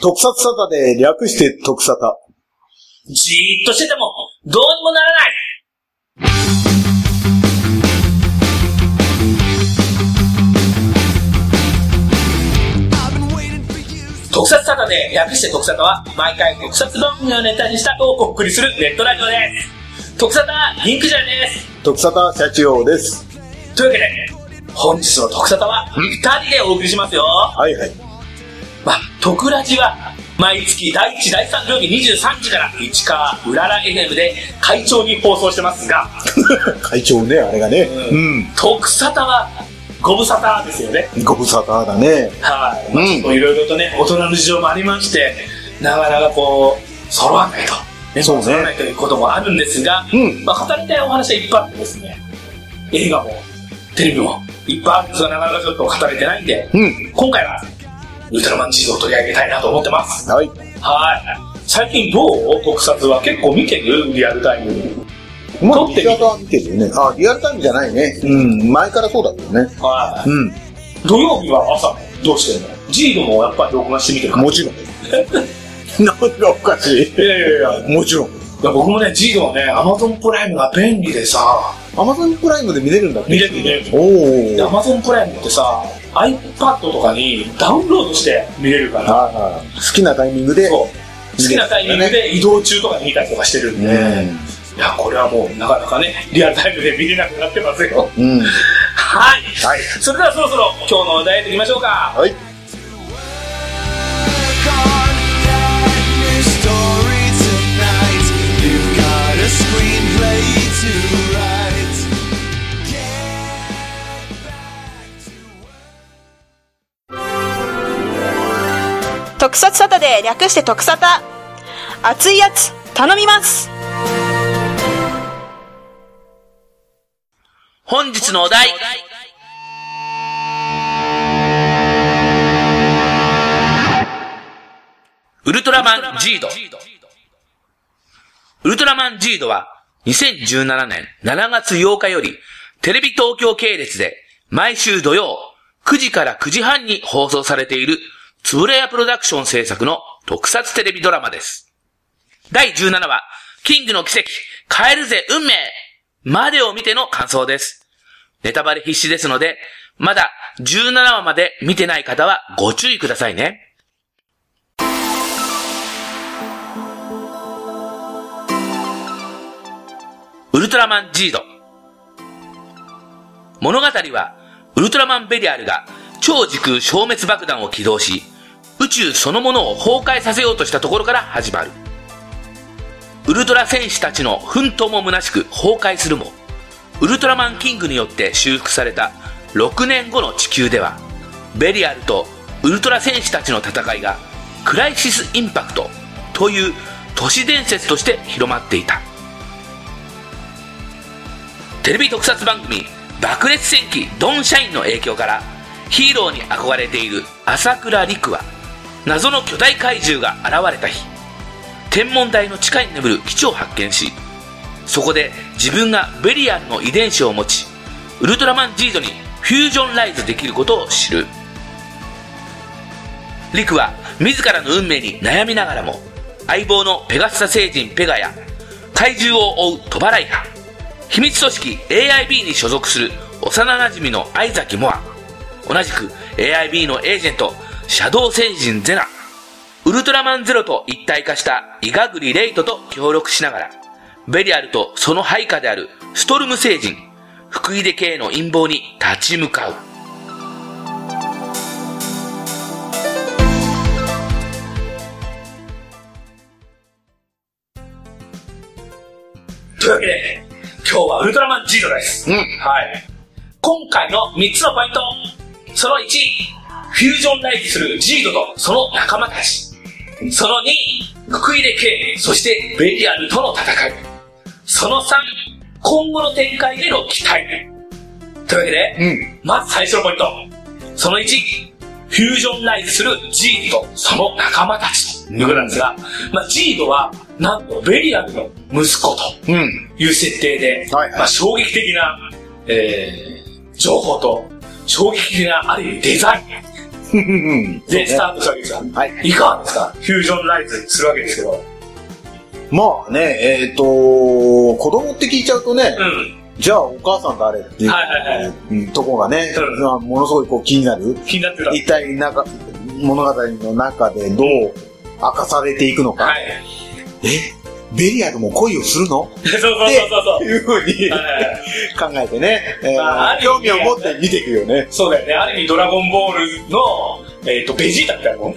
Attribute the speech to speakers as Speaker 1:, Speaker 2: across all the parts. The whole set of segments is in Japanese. Speaker 1: 特撮サタで略して特サタ。
Speaker 2: じーっとしてても、どうにもならない特撮サタで略して特サタは、毎回特撮番組をネタにしたトークをお送りするネットラジオです。特サタ、リンクジャーです。
Speaker 1: 特サタ社長です。
Speaker 2: というわけで、本日の特サタは、2人でお送りしますよ。
Speaker 1: はいはい。
Speaker 2: まあ、特ラジは、毎月第1、第3土曜日23時から、市川うらら FM で会長に放送してますが、
Speaker 1: 会長ね、あれがね。うん。
Speaker 2: 特サタは、ご無沙汰ですよね。
Speaker 1: ご無沙汰だね。
Speaker 2: はい。
Speaker 1: うん
Speaker 2: まあいろいろとね、大人の事情もありまして、なかなかこう、揃わないと。ね
Speaker 1: そうね
Speaker 2: 揃わないということもあるんですが、
Speaker 1: うん
Speaker 2: まあ、語りたいお話はいっぱいあってですね、映画も、テレビも、いっぱいあるんですが、なかなかちょっと語れてないんで、
Speaker 1: うん。
Speaker 2: 今回は、ウルトラマン地図を取り上げたいなと思ってます。
Speaker 1: はい。
Speaker 2: はい。最近どう特撮は結構見てるリアルタイム
Speaker 1: まあ、
Speaker 2: 撮ってみ
Speaker 1: リアルタイム見てるよね。あ、リアルタイムじゃないね。うん。前からそうだけどね。
Speaker 2: は
Speaker 1: うん。
Speaker 2: い。土曜日は朝どうしてるのジードもやっぱり録画してみてるから
Speaker 1: もちろん。 何がおかしい
Speaker 2: いやいやいや。い
Speaker 1: もちろん。
Speaker 2: や僕もね、ジードはね、アマゾンプライムが便利でさ、
Speaker 1: アマゾンプライムで見れるんだって。
Speaker 2: 見れる見れる。
Speaker 1: お
Speaker 2: ア
Speaker 1: お。
Speaker 2: マゾンプライムってさ、iPad とかにダウンロードして見れるから、
Speaker 1: はいはい。好きなタイミングで。
Speaker 2: そう好きなタイミングで移動中とかに見たりとかしてるんで、いや、これはもうなかなかね、リアルタイムで見れなくなってますよ。
Speaker 1: うん。
Speaker 2: はい。
Speaker 1: はい。
Speaker 2: それではそろそろ今日のお題やっていきましょうか。
Speaker 1: はい。
Speaker 3: 特撮サタで略して特サタ熱いやつ頼みます
Speaker 2: 本日のお題。ウルトラマンジード。ウルトラマンジードは2017年7月8日よりテレビ東京系列で毎週土曜9時から9時半に放送されているつぶれやプロダクション制作の特撮テレビドラマです。第17話、キングの奇跡、変えるぜ運命までを見ての感想です。ネタバレ必至ですので、まだ17話まで見てない方はご注意くださいね。ウルトラマンジード。物語は、ウルトラマンベリアルが超時空消滅爆弾を起動し、宇宙そのものを崩壊させようとしたところから始まる。ウルトラ戦士たちの奮闘も虚しく崩壊するも、ウルトラマンキングによって修復された6年後の地球では、ベリアルとウルトラ戦士たちの戦いがクライシスインパクトという都市伝説として広まっていた。テレビ特撮番組「爆裂戦記ドンシャイン」の影響からヒーローに憧れている朝倉陸は謎の巨大怪獣が現れた日天文台の地下に眠る基地を発見しそこで自分がベリアルの遺伝子を持ちウルトラマンジードにフュージョンライズできることを知るリクは自らの運命に悩みながらも相棒のペガスタ星人ペガや怪獣を追うトバライハ秘密組織 AIB に所属する幼なじみの相崎モア同じく AIB のエージェントシャドウ星人ゼナウルトラマンゼロと一体化したイガグリレイトと協力しながら、ベリアルとその配下であるストルム星人、福井出系の陰謀に立ち向かう。というわけで、今日はウルトラマンジードです。
Speaker 1: うん
Speaker 2: はい。今回の3つのポイント。その1、フュージョンライズするジードとその仲間たち。その2、福井で K、そしてベリアルとの戦い。その3、今後の展開への期待。というわけで、
Speaker 1: うん。
Speaker 2: まず最初のポイント。その1、フュージョンライズするジードとその仲間たちということなんですが、まあ、ジードは、なんとベリアルの息子と
Speaker 1: うん。
Speaker 2: いう設定で、
Speaker 1: はいはい
Speaker 2: まあ、衝撃的な、えー情報と、衝撃的なある意味デザイン、
Speaker 1: うんそう
Speaker 4: で、
Speaker 1: ね
Speaker 4: スタートしたわけですよ。
Speaker 1: はい。
Speaker 4: いかがですかフュージョンライズするわけですけど。
Speaker 1: まあね、えっ、と子供って聞いちゃうとね、
Speaker 4: うん。
Speaker 1: じゃあお母さん誰っていう、
Speaker 4: はいはいはい
Speaker 1: うんとこがね、
Speaker 4: うん
Speaker 1: まあものすごいこう気になる。
Speaker 4: 気になってた。
Speaker 1: 一体なんか物語の中でどう明かされていくのか。
Speaker 4: はい。
Speaker 1: えベリアルも恋をするの
Speaker 4: そうそうそうそうそ
Speaker 1: っていうふうに
Speaker 4: う。はい。
Speaker 1: 考えてね、えー
Speaker 4: まあある意
Speaker 1: 興
Speaker 4: 味ね
Speaker 1: 味を持って見ていくよね。
Speaker 4: そうだよね。ある意味、ドラゴンボールの、えっ、と、ベジータみたいなもん。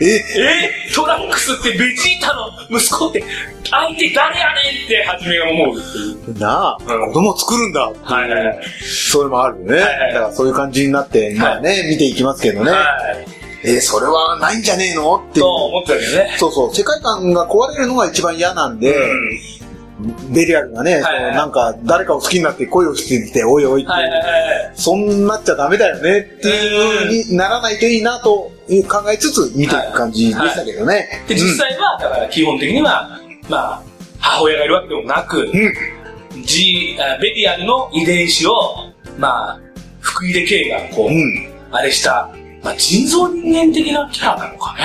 Speaker 1: え、
Speaker 4: えー、トランクスってベジータの息子って、相手誰やねんって、初めが思うっていう。
Speaker 1: なあ、
Speaker 4: うん
Speaker 1: 子供作るんだ。
Speaker 4: はいはいはい。
Speaker 1: それもあるよね。
Speaker 4: はいはい
Speaker 1: だからそういう感じになって、まあね、見ていきますけどね。
Speaker 4: はい。
Speaker 1: えーそれはないんじゃねえのっていう
Speaker 4: と。思ってたけどね。
Speaker 1: そうそう、世界観が壊れるのが一番嫌なんで、
Speaker 4: うん。
Speaker 1: ベリアルがね、
Speaker 4: いはい
Speaker 1: そのなんか誰かを好きになって恋をしてきて、おいおいって、
Speaker 4: はいはいはい。
Speaker 1: そんなっちゃダメだよねっていう風にならないといいなという考えつつ見ていく感じでしたけどね。
Speaker 4: で、実際は、だから基本的には、まあ、母親がいるわけでもなく、
Speaker 1: うん、うん
Speaker 4: G、あベリアルの遺伝子を、まあ、福井で K がこう、
Speaker 1: うん
Speaker 4: あれした、まあ、人造人間的なキャラなのかね。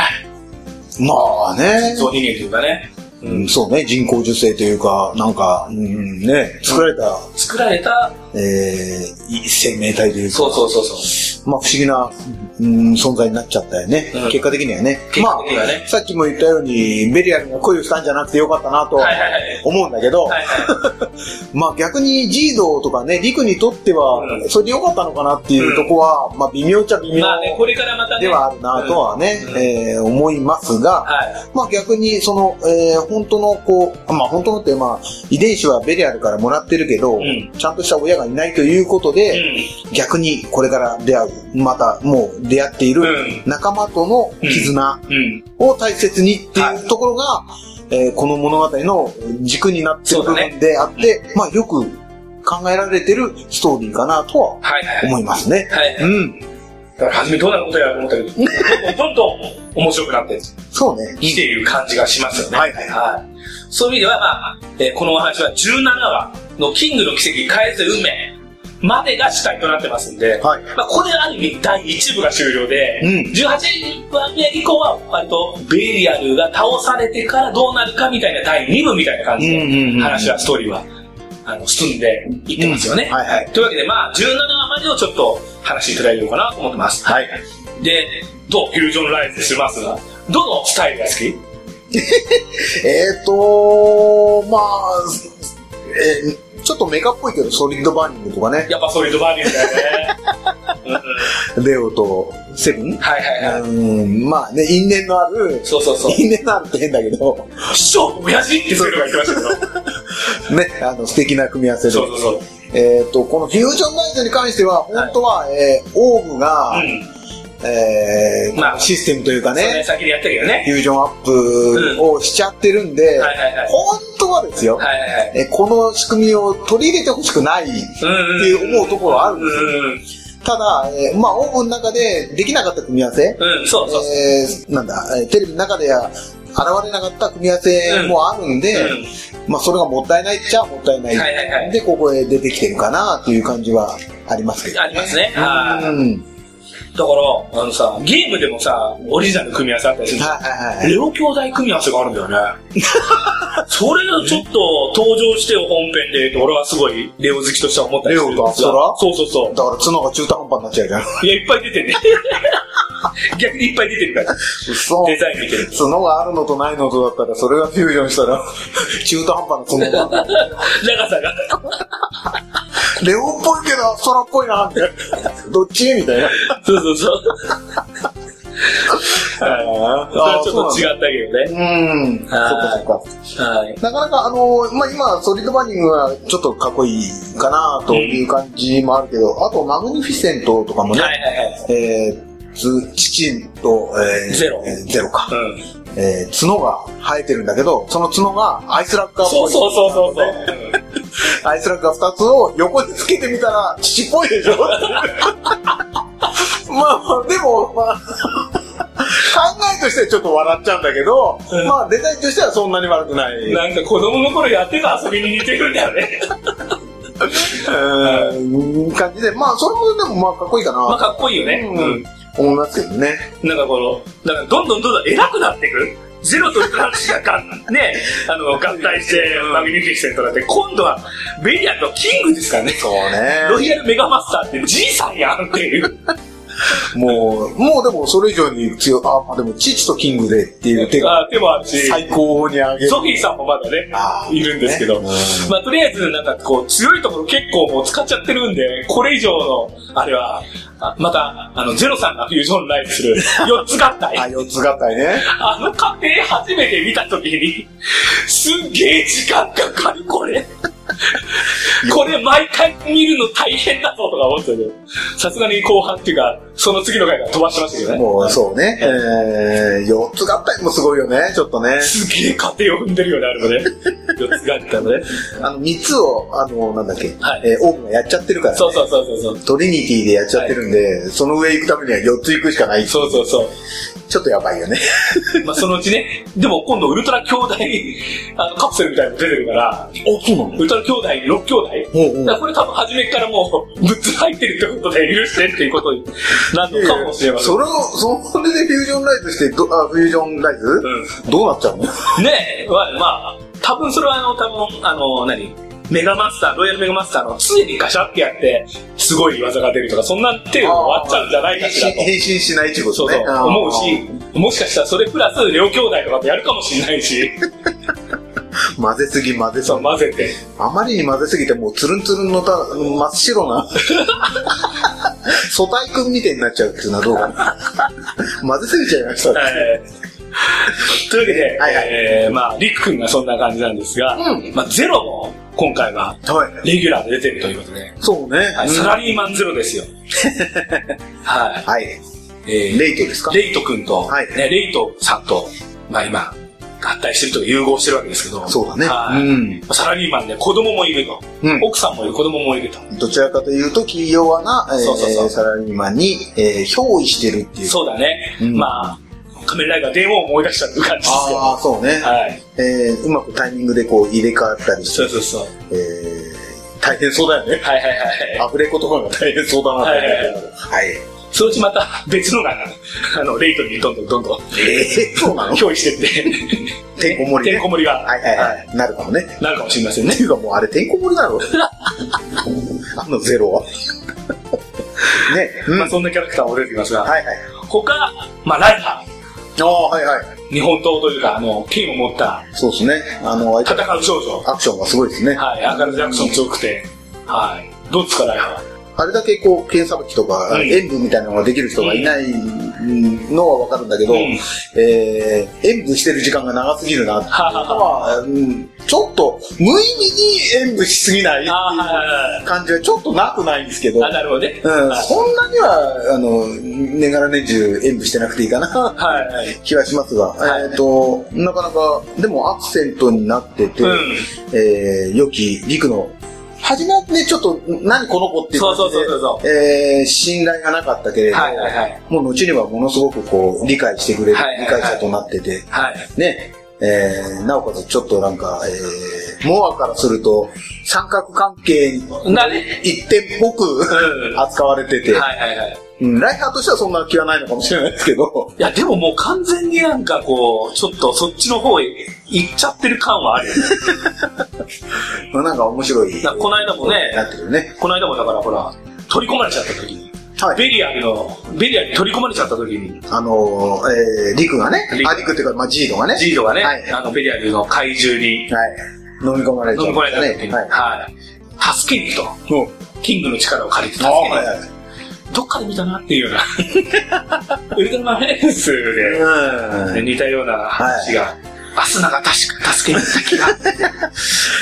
Speaker 1: まあね
Speaker 4: 人、造人間というかね。う
Speaker 1: うん
Speaker 4: ん、
Speaker 1: そうね、人工授精というか、なんか、うん、ね、作られた、
Speaker 4: 作られた、
Speaker 1: えーいい生命体というか、
Speaker 4: そうそうそうそう。
Speaker 1: まあ不思議な、うん、存在になっちゃったよね。
Speaker 4: うん
Speaker 1: 結果的にはね。
Speaker 4: 結果的にはね
Speaker 1: まあ、さっきも言ったように、ベリアルが恋をしたんじゃなくてよかったなと
Speaker 4: はいはいはい。
Speaker 1: 思うんだけど、
Speaker 4: はいは
Speaker 1: まあ逆にジードとかね、リクにとっては
Speaker 4: う、ん
Speaker 1: それでよかったのかなっていうとこは、まあ微妙っちゃ微
Speaker 4: い。
Speaker 1: 妙
Speaker 4: まあね、これからまたね。
Speaker 1: ではあるなとはね、
Speaker 4: うん
Speaker 1: えー思いますが、
Speaker 4: は
Speaker 1: まあ逆にその、えー本当のこう、まあ本当のってまあ遺伝子はベリアルからもらってるけど、
Speaker 4: うん
Speaker 1: ちゃんとした親がいないということで、
Speaker 4: い。う
Speaker 1: 逆にこれから出会う、またもう出会っている
Speaker 4: う
Speaker 1: 仲間との絆
Speaker 4: ん。うん。
Speaker 1: を大切にっていうところが、えーこの物語の軸になってる部分であって、まあよく考えられてるストーリーかなとは
Speaker 4: はいはい。
Speaker 1: 思いますね。
Speaker 4: はい。
Speaker 1: うん。
Speaker 4: だから初めどうなることやらと思ったけ ど、どんどん面白くなって
Speaker 1: そうね。
Speaker 4: きている感じがしますよね。
Speaker 1: はいはい
Speaker 4: はい。そういう意味では、まあ、えーこのお話は17話のキングの奇跡、返せ運命までが主体となってますんで、
Speaker 1: はい。
Speaker 4: まあ、ここである意味第1部が終了で、
Speaker 1: うん
Speaker 4: 18話目以降は割とベリアルが倒されてからどうなるかみたいな第2部みたいな感じ
Speaker 1: うんうんうんう
Speaker 4: で
Speaker 1: ん
Speaker 4: 話は、ストーリーは、あの、進んでいってますよね。
Speaker 1: うんはいはい
Speaker 4: というわけで、まあ、17話までをちょっと話していただけようかなと思ってます。
Speaker 1: はい。
Speaker 4: で、どうフュージョンライズしますが、どのスタイルが好き
Speaker 1: えっ、ー、とまあ、えーちょっとメカっぽいけど、ソリッドバーニングとかね、
Speaker 4: やっぱソリッドバーニングだ よね。うんうん
Speaker 1: レオとセブン
Speaker 4: はいはいはい。
Speaker 1: うん、まあね、因縁のある、
Speaker 4: そうそうそう。
Speaker 1: 因縁のあるって変だけど、
Speaker 4: 師匠、親父ってそういうのが言ってましたけど。
Speaker 1: ね、あの、素敵な組み合わせで
Speaker 4: そう。そうそう。
Speaker 1: えっ、と、このフュージョンライズに関しては、本当は、えーオーブが、
Speaker 4: うん。
Speaker 1: えー
Speaker 4: まあ
Speaker 1: システムというか
Speaker 4: それ
Speaker 1: ね、
Speaker 4: 先にやったけどね。
Speaker 1: フュージョンアップをしちゃってるんで、
Speaker 4: はいはいはい。
Speaker 1: 本当はですよ、
Speaker 4: はいはいはい。
Speaker 1: えーこの仕組みを取り入れてほしくないって
Speaker 4: うんうん。
Speaker 1: いう思うところはあるん
Speaker 4: う
Speaker 1: ですよ。
Speaker 4: んうん。
Speaker 1: ただ、えーまあ、オーブンの中でできなかった組み合わせ、
Speaker 4: うん、そうそう。
Speaker 1: えーなんだ、えーテレビの中では現れなかった組み合わせもあるんで、
Speaker 4: うん
Speaker 1: まあ、それがもったいないっちゃもったいない。
Speaker 4: はいはいはい
Speaker 1: で、ここへ出てきてるかなという感じはありますけど、
Speaker 4: ありますね。はい。
Speaker 1: うん。
Speaker 4: だから、あのさ、ゲームでもさ、オリジナル組み合わせあったりするじゃん
Speaker 1: はいはいはい。
Speaker 4: レオ兄弟組み合わせがあるんだよね。それをちょっと登場してよ、本編で。俺はすごい、レオ好きとしては思ったりするんです
Speaker 1: レオ
Speaker 4: が
Speaker 1: とアス
Speaker 4: そうそうそ
Speaker 1: だから角が中途半端になっちゃうじゃん。
Speaker 4: う。いや、いっぱい出てるね。逆にいっぱい出てるから。
Speaker 1: 嘘
Speaker 4: デザイン見てる。
Speaker 1: 角があるのとないのとだったら、それがフュージョンしたら、 中途半端な角が。
Speaker 4: 長さが。
Speaker 1: レオンっぽいけど、空っぽいな、みたいな。どっちみたいな。
Speaker 4: そうそうそう。はいそれはちょっと違った
Speaker 1: うん。
Speaker 4: け
Speaker 1: そっかそっか。
Speaker 4: どね。はい。
Speaker 1: なかなか、あのまあ、今、ソリッドバーニングはちょっとかっこいいかなという感じもあるけど、あと、マグニフィセントとかもね、
Speaker 4: はいはいはい。
Speaker 1: えー、つ、父と、えー
Speaker 4: ゼロ
Speaker 1: えーゼロか。
Speaker 4: うん。
Speaker 1: えー、角が生えてるんだけど、その角がアイスラッカーっ
Speaker 4: そ
Speaker 1: ぽ
Speaker 4: う
Speaker 1: い。
Speaker 4: そうそうそうそう。
Speaker 1: アイスラッカー2つを横につけてみたら、父っぽいでしょまあまあ、でも、まあ、考えとしてはちょっと笑っちゃうんだけど、
Speaker 4: うん
Speaker 1: まあデザインとしてはそんなに悪くない。
Speaker 4: なんか子供の頃やってた遊びに似てるんだよね。
Speaker 1: うん、感じで、まあ、それもでもまあ、かっこいいかな。
Speaker 4: まあ、かっこいいよね。
Speaker 1: う
Speaker 4: うんん。
Speaker 1: 思いますけどね。
Speaker 4: なんかこの、だからどんどんどんどん偉くなってくる。ゼロとトランシががんね、あの、合体して、マグニフィセントだって、今度は、ベリアンのキングですからね。
Speaker 1: そうね
Speaker 4: ロイヤルメガマスターって、じいさんやんっていう。
Speaker 1: もう、もうでもそれ以上に強い。あ、まあでも、父とキングでっていう手が
Speaker 4: あ手もあるし、
Speaker 1: 最高に上げる。
Speaker 4: ソフィーさんもまだね
Speaker 1: あ、ー
Speaker 4: いるんですけど。
Speaker 1: ね
Speaker 4: まあ、とりあえず、なんかこう、強いところ結構もう使っちゃってるんで、これ以上の、あれは、あまた、あの、ゼロさんがフュージョンライブす る、四つ合体
Speaker 1: あ、。四つ合体ね。
Speaker 4: あの過程初めて見たときに、すっげえ時間かかる、これ。これ毎回見るの大変だぞとか思ってたけど、さすがに後半っていうか、その次の回から飛ばしてましたけどね。
Speaker 1: もう、そうね。えー、四つ合体もすごいよね、ちょっとね。
Speaker 4: すげえ過程を踏んでるよね、あれもね。四つがあったのね。
Speaker 1: あの、三つを、あの、なんだっけ、
Speaker 4: はい
Speaker 1: えーオーブンがやっちゃってるから、ね。
Speaker 4: そうそうそうそうそう。
Speaker 1: トリニティでやっちゃってるんで、その上行くためには四つ行くしかない。
Speaker 4: そうそうそう。
Speaker 1: ちょっとやばいよね。
Speaker 4: まあ、そのうちね、でも今度ウルトラ兄弟、あの、カプセルみたいなの出てるから、
Speaker 1: お、そうなの
Speaker 4: ウルトラ兄弟、6兄弟 だからこれ多分初めからもう、ぶっつ入ってるってことで許してっていうことになるのかもしれません
Speaker 1: そ。れを、それでフュージョンライズして、どあフュージョンライズ、どうなっちゃうの
Speaker 4: うん。ねえ、まあ、まあ、多分それはあの、多分あの、何メガマスター、ロイヤルメガマスターの常にガシャってやって、すごい技が出るとか、そんな程度で終わっちゃうんじゃないかしらと。
Speaker 1: 変身変身しないっていうこと
Speaker 4: そう
Speaker 1: ね。
Speaker 4: そう、
Speaker 1: あー
Speaker 4: 思うし、もしかしたらそれプラス両兄弟とかもやるかもしれな いし、
Speaker 1: 混ぜすぎ混ぜす
Speaker 4: そ
Speaker 1: ぎ
Speaker 4: う、。混ぜて。
Speaker 1: あまりに混ぜすぎてもうツルンツルンのた真っ白 な素体くんみたいになっちゃうっていうのはどうかな混ぜすぎちゃいました、
Speaker 4: はい というわけで、
Speaker 1: はいはい
Speaker 4: えーまあ、りくくんがそんな感じなんですが、
Speaker 1: うん
Speaker 4: まあ、ゼロも今回は
Speaker 1: はい
Speaker 4: レギュラーで出てるということで、
Speaker 1: そうね、
Speaker 4: はい
Speaker 1: うん
Speaker 4: サラリーマンゼロですよ。はい。
Speaker 1: はい
Speaker 4: えー
Speaker 1: レイトですか
Speaker 4: レイトくんと、
Speaker 1: はい
Speaker 4: ね、レイトさんと、まあ今、合体してるというか融合してるわけですけど、
Speaker 1: そうだね
Speaker 4: は
Speaker 1: う
Speaker 4: い
Speaker 1: ん
Speaker 4: サラリーマンで子供もいると、
Speaker 1: うん
Speaker 4: 奥さんもいる、子供もいると。
Speaker 1: どちらかというと気弱な、えー
Speaker 4: そうそうそう
Speaker 1: サラリーマンに、えー憑依してるっていう
Speaker 4: そうだね。
Speaker 1: うん
Speaker 4: まあ、仮面ライダー電話を思い出したっていう感じですよ。
Speaker 1: ああそうね、
Speaker 4: はい。
Speaker 1: えーうまくタイミングでこう入れ替わったりして
Speaker 4: そうそうそう。
Speaker 1: えー大変そうだよね
Speaker 4: はいはいはい。
Speaker 1: アフレコとかが大変そうだなと思ってはい、
Speaker 4: そのうちまた別のが、あの、レイトにどんどんどんどん、
Speaker 1: えー、そうなの
Speaker 4: 憑依してって、
Speaker 1: てんこ盛りね
Speaker 4: てんこ盛りが、
Speaker 1: はいはいはい。なるかもね。
Speaker 4: なるかもしれません
Speaker 1: っ
Speaker 4: ね。
Speaker 1: ていうかもうあれてんこ盛り だろ。あのゼロは。ね。うん。
Speaker 4: まあ、そんなキャラクターも出てきますが、
Speaker 1: はいはい。
Speaker 4: 他、まあ、ライハ
Speaker 1: ああ、はいはい。
Speaker 4: ー、日本刀というか、あの、剣を持った、
Speaker 1: そうですね。あの、あいつ
Speaker 4: 戦う少女。
Speaker 1: アクションがすごいですね。
Speaker 4: はい、アンガールズ・ジャクソン強くて、はい。どうですか、ライハ
Speaker 1: あれだけこう、剣さばきとか、
Speaker 4: うん
Speaker 1: 演武みたいなのができる人がいないのはわかるんだけど、
Speaker 4: うん
Speaker 1: えー演武してる時間が長すぎるなっていうのは、うんちょっと無意味に演武しすぎないって
Speaker 4: ー。あーはいはいはい
Speaker 1: いう感じはちょっとなくないんですけど。
Speaker 4: あ、なるほどね。
Speaker 1: うん、
Speaker 4: はい
Speaker 1: そんなには、あの、年がら年中演舞してなくていいかな、
Speaker 4: はいはい。
Speaker 1: 気はしますが、
Speaker 4: はい
Speaker 1: えっ、と、なかなか、でもアクセントになってて、
Speaker 4: うん。
Speaker 1: えー、良き陸の、初めはね、ちょっと、何この子っていう
Speaker 4: そう
Speaker 1: 感
Speaker 4: そう
Speaker 1: じ
Speaker 4: そうそうそ
Speaker 1: で、えー、信頼がなかったけれ
Speaker 4: う。
Speaker 1: ど、
Speaker 4: はいはいはい。
Speaker 1: もう後にはものすごくこう、理解してくれる、
Speaker 4: はいはい
Speaker 1: 理
Speaker 4: はい
Speaker 1: 解者となってて、
Speaker 4: はい。
Speaker 1: ね、えー、なおかつちょっとなんか、えー、モアからすると、三角関係
Speaker 4: なね。
Speaker 1: 一点っぽく
Speaker 4: うん
Speaker 1: 扱われてて、
Speaker 4: はいはいはい。
Speaker 1: うん、ライターとしてはそんな気はないのかもしれないですけど、
Speaker 4: いや、でももう完全になんかこう、ちょっとそっちの方へ行っちゃってる感はあるよね。
Speaker 1: まあなんか面白い。
Speaker 4: なこの間もね
Speaker 1: なってるよね。
Speaker 4: この間もだからほら、取り込まれちゃった時に、
Speaker 1: はい。
Speaker 4: ベリアルの、ベリアルに取り込まれちゃった時に、
Speaker 1: あのー、えー、リクがね、
Speaker 4: リク
Speaker 1: あ、リクっていうか、まあ、ジードがね、
Speaker 4: ジードがね、
Speaker 1: はい
Speaker 4: あの、ベリアルの怪獣に
Speaker 1: はい。飲み込まれちゃ
Speaker 4: 飲
Speaker 1: い
Speaker 4: み込
Speaker 1: ま
Speaker 4: ま
Speaker 1: し
Speaker 4: れ
Speaker 1: た
Speaker 4: た
Speaker 1: ね
Speaker 4: 時。に、
Speaker 1: はい。
Speaker 4: はい。助けに行く
Speaker 1: うん
Speaker 4: と、キングの力を借りて
Speaker 1: あ
Speaker 4: 助
Speaker 1: あ、
Speaker 4: けに
Speaker 1: はい
Speaker 4: 行
Speaker 1: はい。
Speaker 4: く。どっかで見たなっていうような、ウル トラマンヘルスで、
Speaker 1: う
Speaker 4: 似たような話が、アスナが確か助けに行った気 が、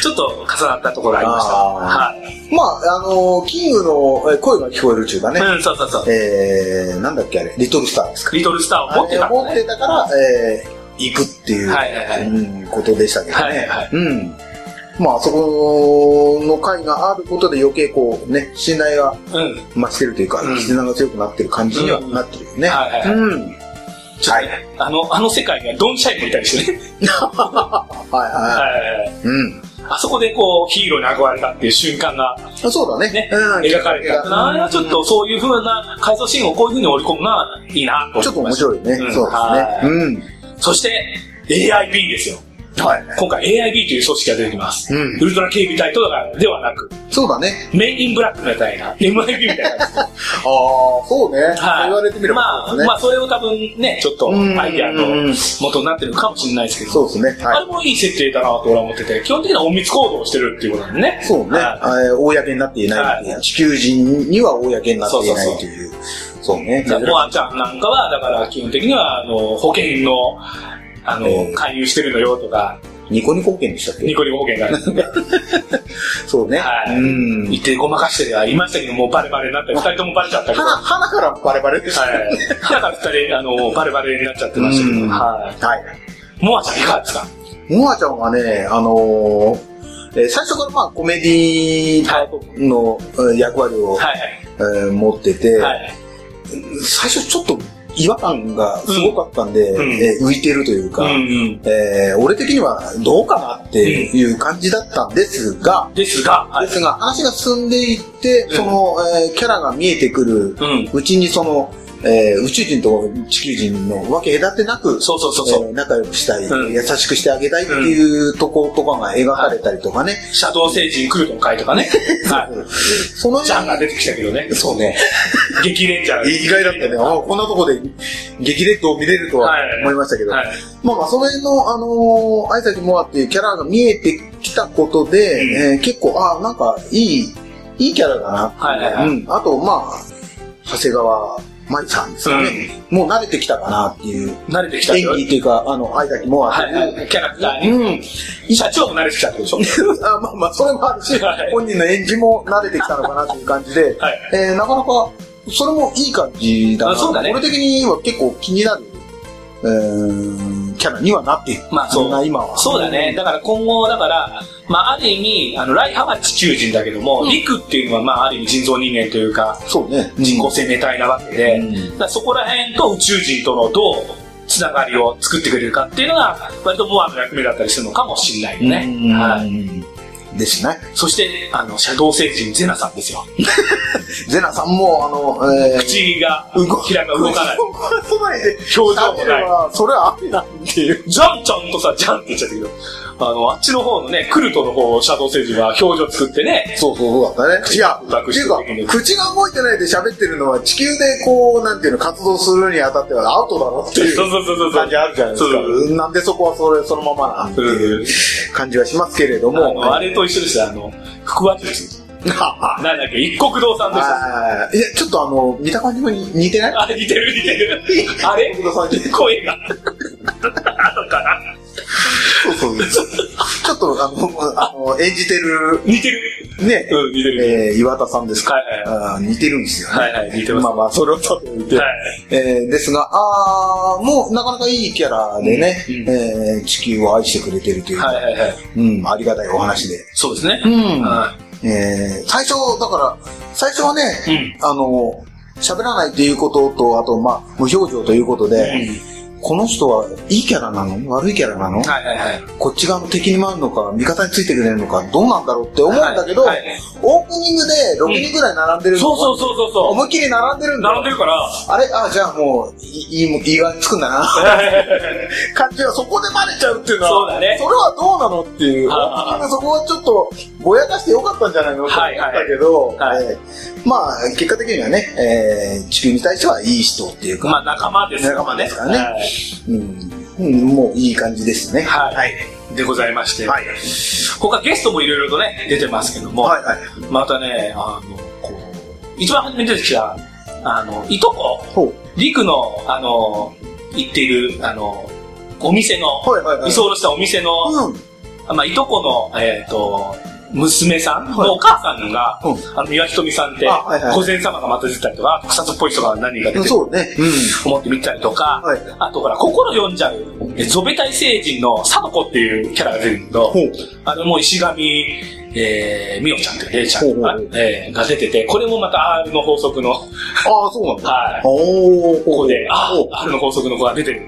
Speaker 4: ちょっと重なったところありました。
Speaker 1: あ
Speaker 4: はい。
Speaker 1: ん。まあ、あのー、キングのえー声が聞こえるっていうかね、
Speaker 4: うん、そうそうそう。
Speaker 1: えー、なんだっけあれ、リトルスターですか。
Speaker 4: リトルスターを持ってたん
Speaker 1: あれを
Speaker 4: だ
Speaker 1: 持っ
Speaker 4: ね。
Speaker 1: てたから、えー、行くっていう、
Speaker 4: はいはいはい
Speaker 1: うん、ことでしたけどね。
Speaker 4: はいはいはい
Speaker 1: うん。まあ、そこの会があることで余計こうね、信頼が
Speaker 4: うん。
Speaker 1: 増してるというか、
Speaker 4: うん
Speaker 1: 絆が強くなってる感じには
Speaker 4: うん
Speaker 1: なってるよね。
Speaker 4: はいはいはい
Speaker 1: うん。はい
Speaker 4: ちょっとねあの、あの世界にはドンシャイもいたりしてね。
Speaker 1: はい。
Speaker 4: はいはいはい。
Speaker 1: うん。
Speaker 4: あそこでこう、ヒーローに憧れたっていう瞬間が
Speaker 1: あそうだね。
Speaker 4: ね
Speaker 1: うん
Speaker 4: 描かれてた。あれはちょっとそういうふうな回想シーンをこういうふうに織り込むのは、いいなと思いま
Speaker 1: ち
Speaker 4: し
Speaker 1: ょ
Speaker 4: た
Speaker 1: っと面白いね。
Speaker 4: うん
Speaker 1: そう
Speaker 4: はい
Speaker 1: で
Speaker 4: そして、AIB ですよ。
Speaker 1: すね。うん。はい。
Speaker 4: 今回 AIB という組織が出てきます。
Speaker 1: うん
Speaker 4: ウルトラ警備隊とかではなく、
Speaker 1: そうだね。
Speaker 4: メインインブラックみたいな、MIB みたいな感じで。
Speaker 1: ああ、そうね。そう 言われてみれば
Speaker 4: ま
Speaker 1: そ
Speaker 4: あ、
Speaker 1: うですね。
Speaker 4: まあ、それを多分ね、ちょっと
Speaker 1: うん
Speaker 4: アイディアの元になってるかもしれないですけど。
Speaker 1: そうですね。
Speaker 4: あ
Speaker 1: は
Speaker 4: れもいい設定だなと俺は思ってて、基本的には隠密行動をしてるっていうことなんでね。
Speaker 1: い。そうね。
Speaker 4: は
Speaker 1: えー公になっていないっていう
Speaker 4: は
Speaker 1: 地球人には公になってい
Speaker 4: そ
Speaker 1: な
Speaker 4: う
Speaker 1: いという。そうね
Speaker 4: い。だからモアちゃんなんかは、だから基本的には、あの、保険の、あの
Speaker 1: え、ー
Speaker 4: 勧誘してるのよとか、
Speaker 1: ニコニコ保険でしたっ
Speaker 4: ニ
Speaker 1: け
Speaker 4: コニコ保険があるんですが
Speaker 1: そうね。
Speaker 4: はい
Speaker 1: うん。
Speaker 4: 言ってごまかしてはいましたけど、もうバレバレになったり、二人ともバレちゃったけど。
Speaker 1: 花、
Speaker 4: は
Speaker 1: 花からバレバレでした。
Speaker 4: い。だから二人、あの、バレバレになっちゃってましたけ
Speaker 1: う
Speaker 4: ど、
Speaker 1: ん
Speaker 4: は
Speaker 1: はい。
Speaker 4: い。モアちゃんいかがですか
Speaker 1: モアちゃんはね、あのーえー最初からまあコメディ
Speaker 4: はい。
Speaker 1: のえー役割を、
Speaker 4: はい。
Speaker 1: えー持ってて、
Speaker 4: はい。
Speaker 1: 最初ちょっと違和感がすごかったんで、
Speaker 4: うん
Speaker 1: えー浮いてるというか、
Speaker 4: うんうん。
Speaker 1: えー俺的にはどうかなっていう感じだったんですが、
Speaker 4: ですが、はい
Speaker 1: ですが話が進んでいって、
Speaker 4: うん
Speaker 1: その、えーキャラが見えてくる
Speaker 4: うん。
Speaker 1: うちにその、えー宇宙人と地球人の分け隔てなく、
Speaker 4: そうそうそうそう。
Speaker 1: えー仲良くしたい、
Speaker 4: うん
Speaker 1: 優しくしてあげたいっていうとことかが描かれたりとかね。
Speaker 4: シャドウ星人来るとの会 とかね。はい。
Speaker 1: その
Speaker 4: ジャンが出てきたけどね。
Speaker 1: そうね。
Speaker 4: 激レンジャー。
Speaker 1: 意外だったね。ああこんなとこで激烈を見れるとは
Speaker 4: はい
Speaker 1: 思いましたけど。
Speaker 4: はい。
Speaker 1: まあまあ、その辺の、あのー、愛崎モアっていうキャラが見えてきたことで、
Speaker 4: うん
Speaker 1: えー結構、ああ、なんか、いい、いいキャラだな。
Speaker 4: はいはいはい
Speaker 1: うん。あと、まあ、長谷川舞さんですかね、もう慣れてきたかなっていう。
Speaker 4: 慣れてきた
Speaker 1: 演技っていうか、あの、愛崎モアって
Speaker 4: はい
Speaker 1: いう。
Speaker 4: はい。キャラクターに。
Speaker 1: うん。
Speaker 4: 社長も慣れてきたってことでしょ
Speaker 1: あまあまあ、それもあるし、
Speaker 4: はい
Speaker 1: 本人の演技も慣れてきたのかなという感じで、
Speaker 4: はい
Speaker 1: えーなかなか、それもいい感じだな。
Speaker 4: あそうだね
Speaker 1: 俺的には結構気になる、えーキャラにはなっている。
Speaker 4: まあそう
Speaker 1: な、今は。
Speaker 4: そうだね。だから今後、だから、まあある意味、あの、ライハは地球人だけども、陸っていうのはまあある意味人造人間というか、
Speaker 1: そうね。
Speaker 4: 人工生命体なわけで、だからそこら辺と宇宙人とのどうつながりを作ってくれるかっていうのが、割とモアの役目だったりするのかもしれないよね。はい。
Speaker 1: い。ですね。
Speaker 4: そして、あの、シャドウ星人ゼナさんですよ。
Speaker 1: ゼナさんも、あの、えー、
Speaker 4: 口が、
Speaker 1: 動
Speaker 4: ひらが動かない。
Speaker 1: 動かないで、
Speaker 4: 表情もない
Speaker 1: 喋ればそれは雨なんていう。
Speaker 4: ジャンちゃんとさ、ジャンって言っちゃったけど、あの、あっちの方のね、クルトの方、シャドウ星人は表情作ってね、
Speaker 1: そうそうそうだったね。いや、
Speaker 4: 動く
Speaker 1: ってい
Speaker 4: 人
Speaker 1: うか
Speaker 4: 的に、
Speaker 1: 口が動いてないで喋ってるのは地球でこう、なんていうの、活動するにあたってはアウトだろっていう
Speaker 4: そうそうそうそう
Speaker 1: 感じあるじゃないです
Speaker 4: そうそう
Speaker 1: か。なんでそこはそれ、そのままなんていう感じはしますけれど
Speaker 4: もう、
Speaker 1: も。
Speaker 4: あれと一緒でした、あの、福和です。なんだっけ、一国堂さんでした。
Speaker 1: あーいや、ちょっとあの、見た感じもに似てない
Speaker 4: あれ、似てる似てる。あれ
Speaker 1: 福堂さん似て
Speaker 4: 声が。あのかな
Speaker 1: そうそうそう。ちょっとあの、あの、演じてる、
Speaker 4: 似てる。
Speaker 1: ね、
Speaker 4: うん、似てる。
Speaker 1: えー岩田さんですか。
Speaker 4: はいはい
Speaker 1: あー似てるんですよね。
Speaker 4: はいはい、似てます。
Speaker 1: ま
Speaker 4: は
Speaker 1: あまあ、それをちょっと置いて。
Speaker 4: い。
Speaker 1: えーですが、あーもうなかなかいいキャラでね、
Speaker 4: うん
Speaker 1: えー地球を愛してくれてるというか、
Speaker 4: はいはいはい。
Speaker 1: うん、ありがたいお話で。
Speaker 4: そうですね。
Speaker 1: ん
Speaker 4: は
Speaker 1: えー最初、だから、最初はね、
Speaker 4: いうん。
Speaker 1: あの、喋らないということと、あと、まあ、無表情ということで、この人はいいキャラなの悪いキャラなの、
Speaker 4: はいはいはい。
Speaker 1: こっち側の敵に回るのか、味方についてくれるのか、どうなんだろうって思うんだけど、
Speaker 4: はいはい
Speaker 1: オープニングで6人ぐらい並んでるの、
Speaker 4: そうそうそうそうそ
Speaker 1: 思いっきり並んでる
Speaker 4: う。
Speaker 1: んだよ
Speaker 4: 並んでるから、
Speaker 1: あれあ、じゃあもう、いいいも、いいがつくんだ な。感じはそこでバレちゃうっていうのは、
Speaker 4: そうだね
Speaker 1: それはどうなのっていう、
Speaker 4: はいはいはい
Speaker 1: そこはちょっと、ぼやかしてよかったんじゃないのって思ったけど、
Speaker 4: はいはい
Speaker 1: えーまあ、結果的にはね、えー地球に対してはいい人っていうか、
Speaker 4: まあ仲間です
Speaker 1: 仲間ですからね
Speaker 4: はい
Speaker 1: うん、うんもういい感じですね。
Speaker 4: はい
Speaker 1: はい。
Speaker 4: でございまして、
Speaker 1: はい。
Speaker 4: 他ゲストもいろいろとね、出てますけども、
Speaker 1: はいはい
Speaker 4: またね、あの、こう、一番初めに出てきた、あの、いとこ、
Speaker 1: ほう。
Speaker 4: りくの、あの、行っている、あの、お店の、
Speaker 1: はいはいはい。
Speaker 4: 居候したお店の、
Speaker 1: うん。
Speaker 4: まあ、いとこの、えっ、と、娘さん
Speaker 1: はい
Speaker 4: のお母さんが、
Speaker 1: う
Speaker 4: あの、三輪ひとみさんって、
Speaker 1: あはいはい
Speaker 4: 御前様がまた出てたりとか、特撮っぽい人が何人か出てる
Speaker 1: そうね。
Speaker 4: 思って見たりとか、
Speaker 1: はい
Speaker 4: あとほら、心読んじゃう、えゾベタイ星人のサドコっていうキャラが出てるんだけど、
Speaker 1: ほう。
Speaker 4: あれも石神、えー、みおちゃんとか、れいちゃんとか
Speaker 1: ほうほう、
Speaker 4: えーが出てて、これもまた R の法則の、
Speaker 1: ああ、そうなんだ。
Speaker 4: はい。
Speaker 1: おー、
Speaker 4: ここで、あ
Speaker 1: ほう
Speaker 4: ー R の法則の子が出てる。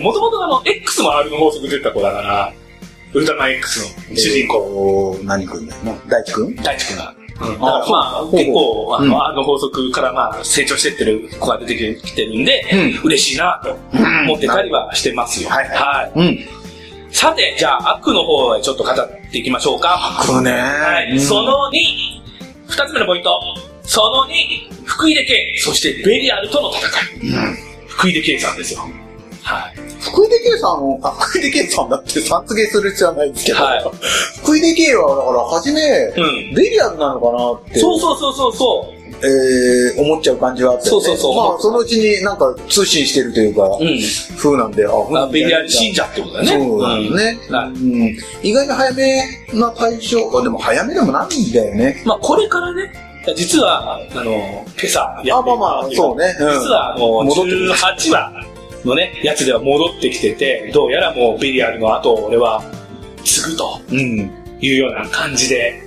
Speaker 4: もともとあの、X も R の法則出てた子だから、ウルトラマン X の主人公、
Speaker 1: 公。何君だよな。大地君
Speaker 4: 大地君が。だか
Speaker 1: あ
Speaker 4: らまあ、
Speaker 1: ほう
Speaker 4: 結構、あ
Speaker 1: うん
Speaker 4: の、あの法則からまあ、成長してってる子が出てきてるんで、
Speaker 1: う
Speaker 4: 嬉しいなと思ってたりはしてますよ。
Speaker 1: うんはい
Speaker 4: はい。
Speaker 1: うん。
Speaker 4: さて、じゃあ、アックの方へちょっと語っていきましょうか。
Speaker 1: これね。
Speaker 4: はい。
Speaker 1: うん
Speaker 4: そ、の2、二つ目のポイント。その2、福井で圭、そしてベリアルとの戦い。
Speaker 1: うん
Speaker 4: 福井で圭さんですよ。はい。
Speaker 1: 福井で圭さんを、あ、福井で圭さんだって殺芸する必要はないんですけど、
Speaker 4: はい
Speaker 1: 福井で圭は、だから、初
Speaker 4: う
Speaker 1: め、
Speaker 4: ん。
Speaker 1: ベリアルなのかなって、
Speaker 4: そうそうそうそうそ
Speaker 1: えー、思っちゃう感じはあって、
Speaker 4: そうそうそう
Speaker 1: まあ、そのうちになんか通信してるというか、
Speaker 4: う。うん。
Speaker 1: 風なんで、あ、ふ
Speaker 4: あベリアル信者ってことだね。
Speaker 1: そうなんね、
Speaker 4: うんはい
Speaker 1: うん。意外に早めな対象、あでも早めでもないんだよね。
Speaker 4: まあ、これからね、実は、あの、今朝や
Speaker 1: あ、
Speaker 4: って
Speaker 1: まあま
Speaker 4: る
Speaker 1: あ、そうね。うん
Speaker 4: 実は、あの、
Speaker 1: 戻ってくる
Speaker 4: 18話のね、やつでは戻ってきてて、どうやらもうベリアルの後を俺は継ぐと
Speaker 1: うん。
Speaker 4: いうような感じで、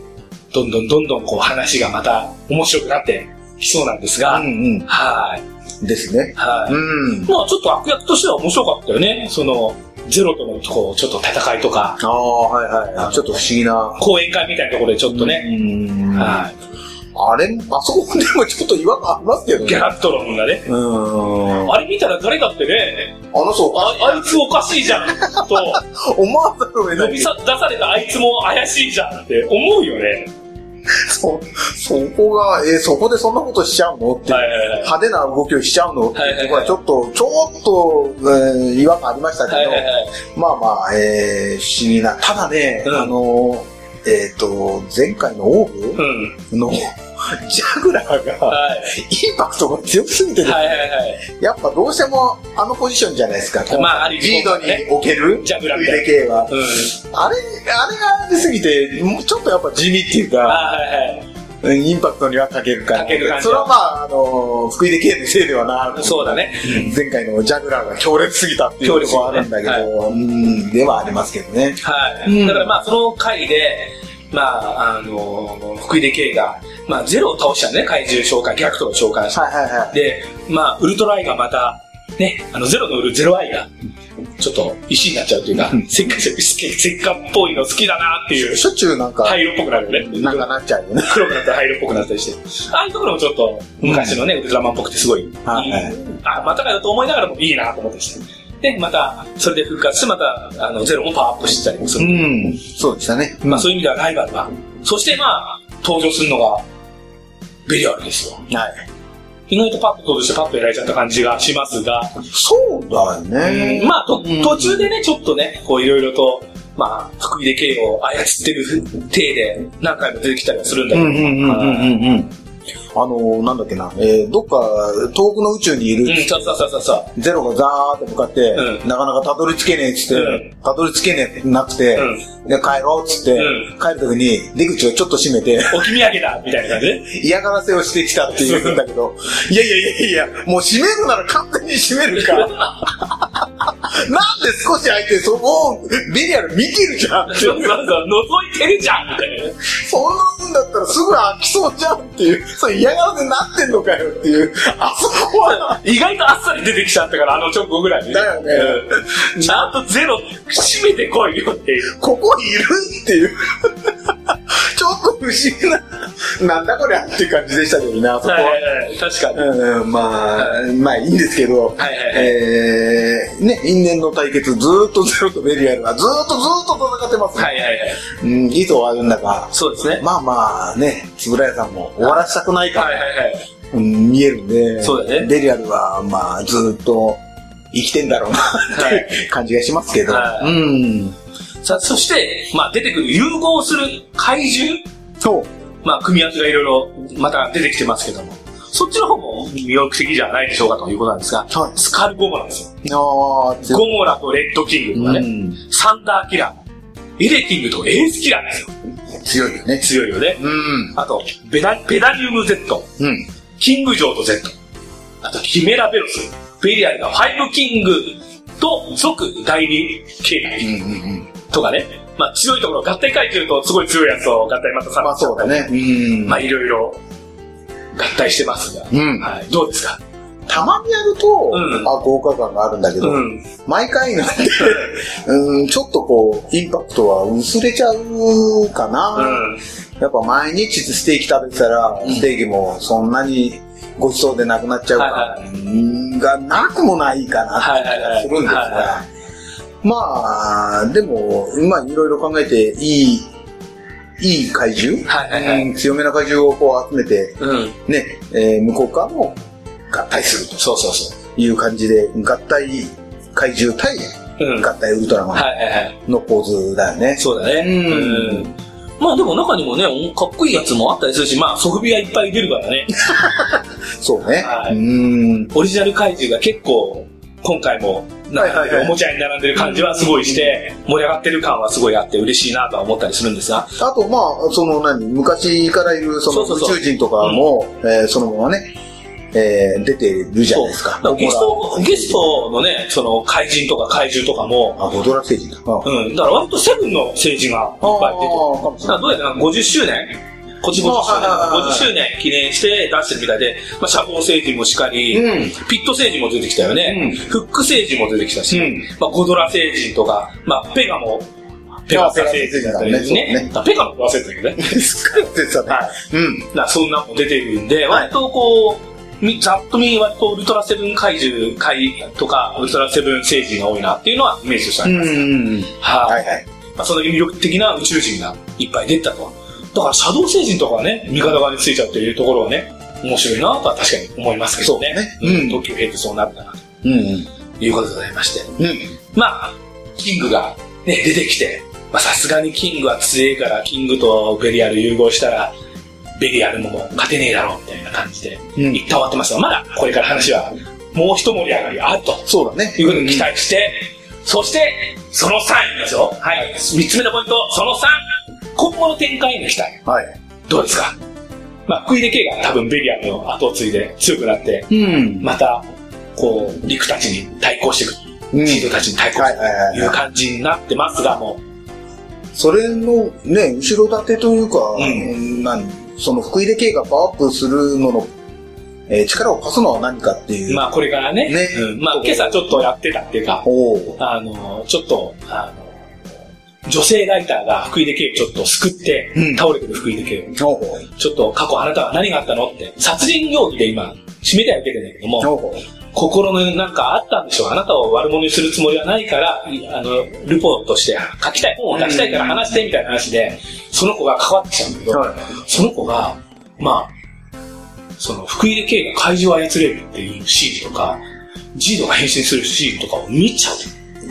Speaker 4: どんどんどんどんこう話がまた面白くなってきそうなんですが、
Speaker 1: うん
Speaker 4: はい、
Speaker 1: うん。ですね。
Speaker 4: はい。
Speaker 1: うん。
Speaker 4: まあ、ちょっと悪役としては面白かったよね。その、ゼロとのとこ、ちょっと戦いとか、
Speaker 1: ああ、はいはい。ちょっと不思議な。
Speaker 4: 講演会みたいなところでちょっとね、
Speaker 1: うん。
Speaker 4: は
Speaker 1: あれ、あそこでもちょっと違和感ありますけど
Speaker 4: い。ギ
Speaker 1: ね
Speaker 4: ャ。ラクトロンがね、
Speaker 1: うん。あ
Speaker 4: あれ見たら誰だってね、
Speaker 1: の人、
Speaker 4: ああいつおかしいじゃんと、
Speaker 1: 思わざるを得な
Speaker 4: 呼
Speaker 1: い
Speaker 4: び。さ出されたあいつも怪しいじゃんって思うよね。
Speaker 1: そ、そこが、えーそこでそんなことしちゃうのって。
Speaker 4: はいはいはい。
Speaker 1: 派手な動きをしちゃうのって
Speaker 4: はいはいはい
Speaker 1: いうところはちょっと、ちょっと、えー違和感ありましたけど、
Speaker 4: はいはいはい。
Speaker 1: まあまあ、えー、不思議な。ただね、
Speaker 4: うん
Speaker 1: あのー、えっ、と、前回のオー
Speaker 4: うん。
Speaker 1: ブの、ジャグラーが、
Speaker 4: はい。
Speaker 1: インパクトが強すぎてる、
Speaker 4: はいはいはい。
Speaker 1: やっぱどうしてもあのポジションじゃないですか。こう
Speaker 4: まあある意味
Speaker 1: リードに置ける、
Speaker 4: ジャグラーみたいな
Speaker 1: 腕系は。
Speaker 4: うん。
Speaker 1: あれ、あれが出すぎて、もうちょっとやっぱ地味っていうか、
Speaker 4: あはいはい。
Speaker 1: うんインパクトには欠ける感
Speaker 4: 欠ける感じ
Speaker 1: それはまあ、あのー、福井で系のせいではな、
Speaker 4: そうだね。
Speaker 1: 前回のジャグラーが強烈すぎたっていうところはあるんだけど、うん、ではありますけどね。
Speaker 4: は
Speaker 1: う
Speaker 4: い。
Speaker 1: ん
Speaker 4: だからまあその回で、まああの福井で K が、まあゼロを倒したね、怪獣召喚、逆との召喚した。
Speaker 1: はいはいはい。
Speaker 4: で、まあウルトラアイがまた、ね、あのゼロのウルゼロアイが、ちょっと石になっちゃうというか
Speaker 1: うん、
Speaker 4: せっかせっかっぽいの好きだなっていう、
Speaker 1: しょっちゅうなんか、
Speaker 4: 灰色っぽくなるよね。
Speaker 1: なんかなっちゃうよね。
Speaker 4: 黒くなったり灰色っぽくなったりして。ああいうところもちょっと昔のね、ウルトラマンっぽくてすごいいい。
Speaker 1: はいはい
Speaker 4: あ、またかよと思いながらもいいなと思ってして。で、また、それで復活して、また、あの、ゼロもパワーアップしてたりもする。
Speaker 1: ん。そうでしたね。
Speaker 4: まあ、そういう意味ではライバルが。そして、まあ、登場するのが、ベリアルですよ。
Speaker 1: はい。
Speaker 4: 意外とパッと登場してパッとやられちゃった感じがしますが、
Speaker 1: そうだよね。
Speaker 4: まあ、と
Speaker 1: うん
Speaker 4: 途中でね、ちょっとね、こう、いろいろと、まあ、福井で K を操ってる体で、何回も出てきたりはするんだ
Speaker 1: う
Speaker 4: け
Speaker 1: ん
Speaker 4: ど、
Speaker 1: うんうんうんうんうん。あのー、なんだっけな、えー、どっか遠くの宇宙にいる、
Speaker 4: うん、そうそうそうそうそう。
Speaker 1: ゼロがザーって向かって、
Speaker 4: うん
Speaker 1: なかなかたどり着けねえっつって、
Speaker 4: う
Speaker 1: たどり着けねえなくて、
Speaker 4: うん
Speaker 1: で帰ろうっつって、
Speaker 4: うん
Speaker 1: 帰るときに出口をちょっと閉め て、
Speaker 4: 置き土産だみたいな感じで。
Speaker 1: 嫌がらせをしてきたっていうんだけど、いやいやいやいや、もう閉めるなら完全に閉める から。なんで少し空いて、そこをベリアル見てるじゃんって。
Speaker 4: そうそうそう、覗いてるじゃんみたいな。
Speaker 1: そんなんだったらすぐ飽きそうじゃんっていう、そう嫌がらせになってんのかよっていう、あそこは、
Speaker 4: 意外とあっさり出てきちゃったから、あの直後ぐらいに。
Speaker 1: だよね
Speaker 4: うんちゃんとゼロ、締めてこいよっていう。
Speaker 1: ここにいるっていう。 ちょっと不思議な、なんだこりゃっていう感じでしたけどね、あそこは。
Speaker 4: 確かに。
Speaker 1: うんうんまあ、まあいいんですけど、
Speaker 4: はいはいはい
Speaker 1: えー、ね、因縁の対決、ずーっとゼロとベリアルはずーっとずーっと戦ってますね。
Speaker 4: はいはいはい。
Speaker 1: うん、いつ終わるんだか。
Speaker 4: そうですね。
Speaker 1: まあまあね、つぶらやさんも終わらしたくないから、
Speaker 4: はいはいはい。
Speaker 1: うん見えるんで、
Speaker 4: そうだね
Speaker 1: ベリアルはまあずーっと生きてんだろうなっていう感じがしますけど、
Speaker 4: はい
Speaker 1: うん。
Speaker 4: さあ、そして、まあ出てくる融合する怪獣、
Speaker 1: そう。
Speaker 4: まあ組み合わせがいろいろまた出てきてますけども、そっちの方も魅力的じゃないでしょうかということなんですが、
Speaker 1: は
Speaker 4: スカルゴモラですよ。
Speaker 1: い。あー、
Speaker 4: ゴモラとレッドキングとか
Speaker 1: う
Speaker 4: ね、
Speaker 1: ん、
Speaker 4: サンダーキラー、エレキングとエースキラーですよ。
Speaker 1: 強いよね。
Speaker 4: 強いよね。
Speaker 1: うん。
Speaker 4: あと、ベダ、ベダニウム Z、
Speaker 1: うん。
Speaker 4: キングジョーと Z、あと、ヒメラベロス、ベリアルがファイブキングと、即第二形
Speaker 1: うん
Speaker 4: 態
Speaker 1: うんうん。
Speaker 4: とかね、まあ強いところ、合体怪獣とすごい強いやつを合体またさ、
Speaker 1: まあそうだね。うん。
Speaker 4: まあいろいろ合体してますが、
Speaker 1: うん。
Speaker 4: はい、どうですか
Speaker 1: たまにやると、
Speaker 4: うん
Speaker 1: あ、豪華感があるんだけど、
Speaker 4: うん。
Speaker 1: 毎回なんで、 うん、ちょっとこう、インパクトは薄れちゃうかな。
Speaker 4: うん。
Speaker 1: やっぱ毎日ステーキ食べてたら、ステーキもそんなにごちそうでなくなっちゃうから、
Speaker 4: は
Speaker 1: うんがなくもないかなって気がするんです
Speaker 4: はいはい
Speaker 1: が、まあ、でも、まあいろいろ考えていい、いい怪獣、
Speaker 4: はいはいはい
Speaker 1: うん強めな怪獣をこう集めて、
Speaker 4: うん。
Speaker 1: ね、えー向こう側も合体すると
Speaker 4: そうそうそ
Speaker 1: いう感じで、合体怪獣対
Speaker 4: う。うん。は
Speaker 1: 合体ウルトラマ
Speaker 4: いはいはい。
Speaker 1: ンの構図だよね。
Speaker 4: そうだね。
Speaker 1: うん
Speaker 4: うんまあでも中にもね、おかっこいいやつもあったりするし、まあソフビはいっぱい出るか らね。
Speaker 1: そうね。
Speaker 4: はい
Speaker 1: うん。
Speaker 4: オリジナル怪獣が結構、今回も、なんか
Speaker 1: はいはいはい
Speaker 4: おもちゃに並んでる感じはすごいして、盛り上がってる感はすごいあって嬉しいなとは思ったりするんですが。
Speaker 1: あと、まあ、その何、昔からいるその
Speaker 4: そうそうそう
Speaker 1: 宇宙人とかも、えーそのままね、えー出てるじゃないですか。
Speaker 4: そうだらゲスト、ゲストのね、その怪人とか怪獣とかも、
Speaker 1: あ、ボドラ星人だ。あ
Speaker 4: うん、だから割とセブンの政治がいっ
Speaker 1: あ
Speaker 4: ぱい出てる。
Speaker 1: ーかもしれ
Speaker 4: だからどうやら50周年こっち50周
Speaker 1: あはいはいはい
Speaker 4: 年、50周年記念して出してるみたいで、まあ、シャボー星人もしかり、
Speaker 1: うん
Speaker 4: ピット星人も出てきたよね、
Speaker 1: うん
Speaker 4: フック星人も出てきたし、
Speaker 1: うん
Speaker 4: まあ、ゴドラ星人とか、まあ、ペガも、ペガス星人だったりです
Speaker 1: ペガス星人だねそうね。
Speaker 4: ねあペガも忘れてたけどね。
Speaker 1: ない。作ってたね。
Speaker 4: はい。
Speaker 1: うん。
Speaker 4: なそんなのも出てるんで、割とこう、みざっと見、割とウルトラセブン怪獣怪とか、ウルトラセブン星人が多いなっていうのはイメージとしてあります。
Speaker 1: うん。
Speaker 4: はい
Speaker 1: はいはい。
Speaker 4: まあ、その魅力的な宇宙人がいっぱい出たと。だから、シャドウ星人とかはね、味方側についちゃうというところはね、面白いなとは確かに思いますけどね。
Speaker 1: そうねうん
Speaker 4: 東急ヘイトそうなるかな、と
Speaker 1: うん。
Speaker 4: いうことでございまして。
Speaker 1: うん。うん。
Speaker 4: まあ、キングが、ね、出てきて、まあ、さすがにキングは強いから、キングとベリアル融合したら、ベリアルももう勝てねえだろう、みたいな感じで、
Speaker 1: うん
Speaker 4: 一旦終わってますが、まだこれから話は、もう一盛り上がりあると。
Speaker 1: そうだね。
Speaker 4: ということに期待して、そして、その3いきますよ。はい。3つ目のポイント、その3。今後の展開への期待。
Speaker 1: はい。
Speaker 4: どうですかまあ、クイデ系が多分ベリアムの後を継いで強くなって、
Speaker 1: うん。
Speaker 4: また、こう、陸たちに対抗していく。
Speaker 1: うん
Speaker 4: シードたちに対抗
Speaker 1: は
Speaker 4: し
Speaker 1: い
Speaker 4: て
Speaker 1: はい
Speaker 4: い
Speaker 1: は
Speaker 4: く
Speaker 1: い
Speaker 4: という
Speaker 1: はい。
Speaker 4: 感じになってますが、も
Speaker 1: それのね、後ろ盾というか、
Speaker 4: ん、
Speaker 1: 何その福井で系がパワーアップするのの、えー力を貸すのは何かっていうう。
Speaker 4: まあ、これからね、
Speaker 1: ね
Speaker 4: うんまあ、今朝ちょっとやってたっていうか、
Speaker 1: おお。
Speaker 4: あの、ちょっと、あの、女性ライターが福井で系をちょっと救って、
Speaker 1: うん
Speaker 4: 倒れてる福井で系を。
Speaker 1: おお。
Speaker 4: ちょっと過去あなたは何があったのって、殺人容疑で今、締めては受けてるんだけど
Speaker 1: お
Speaker 4: も、
Speaker 1: お。
Speaker 4: 心のなんかあったんでしょう。あなたを悪者にするつもりはないから、あの、ルポとして書きたい、本を出したいから話してみたいな話で、その子が関わってきちゃうんだけど、その子が、まあ、その、福井で K が怪獣を操れるっていうシーンとか、ジードが変身するシーンとかを見ちゃう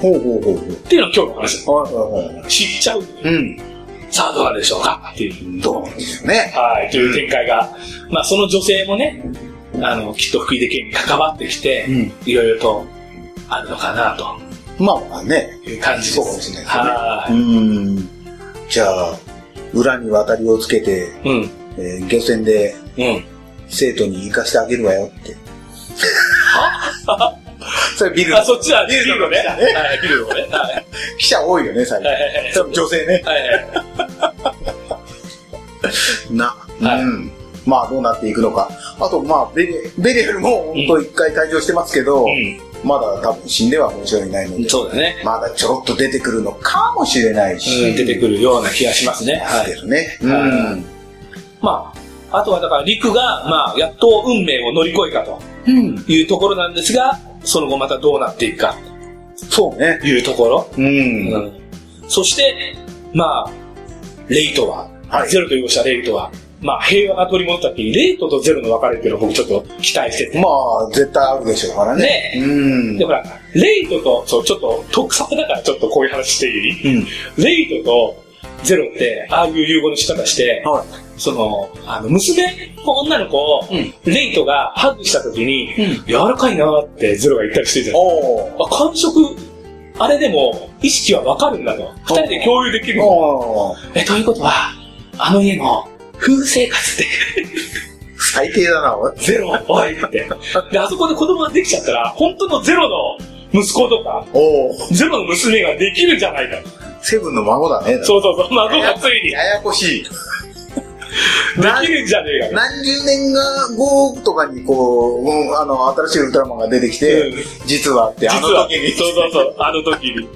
Speaker 1: ほうほうほう
Speaker 4: っていうのが今日の話だ。
Speaker 1: ほう。はいはいはい。
Speaker 4: 知っちゃう。
Speaker 1: うん。
Speaker 4: さあどうなるでしょうかっていう。
Speaker 1: どうなんですよね。
Speaker 4: はい、という展開が、まあその女性もね、あの、きっと福井で県に関わってきて、
Speaker 1: うん
Speaker 4: いろいろとあるのかな
Speaker 1: まあまあね。
Speaker 4: という感じです。
Speaker 1: そうかもしれないですね
Speaker 4: は
Speaker 1: うーん。じゃあ、裏に渡りをつけて、
Speaker 4: い。うん。
Speaker 1: えー漁船で
Speaker 4: うん。
Speaker 1: 生徒に行かしてあげるわよ って。それビルの
Speaker 4: あ、そっちはビルのね。
Speaker 1: ビルのね
Speaker 4: はい、ビルのね。はい。
Speaker 1: 記者多いよね、最
Speaker 4: はいはいはい
Speaker 1: 近。多分女性ね。
Speaker 4: はいはい。
Speaker 1: な。
Speaker 4: はい
Speaker 1: うん。まあどうなっていくのか。あと、まあ、ベリベリエルも本当一回退場してますけど、まだ多分死んではもちろんいないの
Speaker 4: う
Speaker 1: で
Speaker 4: ん。、そうだね。
Speaker 1: まだちょろっと出てくるのかもしれない
Speaker 4: うん、
Speaker 1: し、
Speaker 4: 出てくるような気がしますね。は
Speaker 1: はい。
Speaker 4: い。
Speaker 1: ね。う
Speaker 4: は
Speaker 1: ん。
Speaker 4: まあ、あとはだから陸が、まあ、やっと運命を乗り越えたと
Speaker 1: うん。
Speaker 4: いうところなんですが、その後またどうなっていくか
Speaker 1: そうね。
Speaker 4: というところ。
Speaker 1: うん。
Speaker 4: そして、まあ、レイトは、
Speaker 1: はい
Speaker 4: ゼロと融合したレイトは、まあ、平和が取り戻ったっていう、レイトとゼロの別れっていうのを僕ちょっと期待してて。
Speaker 1: まあ、絶対あるでしょうからね。
Speaker 4: ね
Speaker 1: うん
Speaker 4: で、。ほら、レイトと、そう、ちょっと、特撮だからちょっとこういう話していい、レイトとゼロって、ああいう融合の仕方して、
Speaker 1: はい
Speaker 4: その、あの、娘の女の子を、レイトがハグした時に、柔らかいなーってゼロが言ったりしてるじゃん。
Speaker 1: おー
Speaker 4: あ感触、あれでも、意識はわかるんだと。二人で共有できるんだ
Speaker 1: おー
Speaker 4: え、ということは、あの家の風生活って、
Speaker 1: 最低だな、おい
Speaker 4: ゼロ、おいって。で、あそこで子供ができちゃったら、本当のゼロの息子とか、
Speaker 1: おー
Speaker 4: ゼロの娘ができるんじゃないか。
Speaker 1: セブンの孫だね。
Speaker 4: そうそうそう、孫がついに
Speaker 1: ややこしい。な
Speaker 4: できるんじゃねえかな。
Speaker 1: 何十年が後とかにこう、うんあの、新しいウルトラマンが出てきて、
Speaker 4: うん
Speaker 1: 実はって、あの
Speaker 4: 実は
Speaker 1: 時に。
Speaker 4: そうそうそう、あの時に。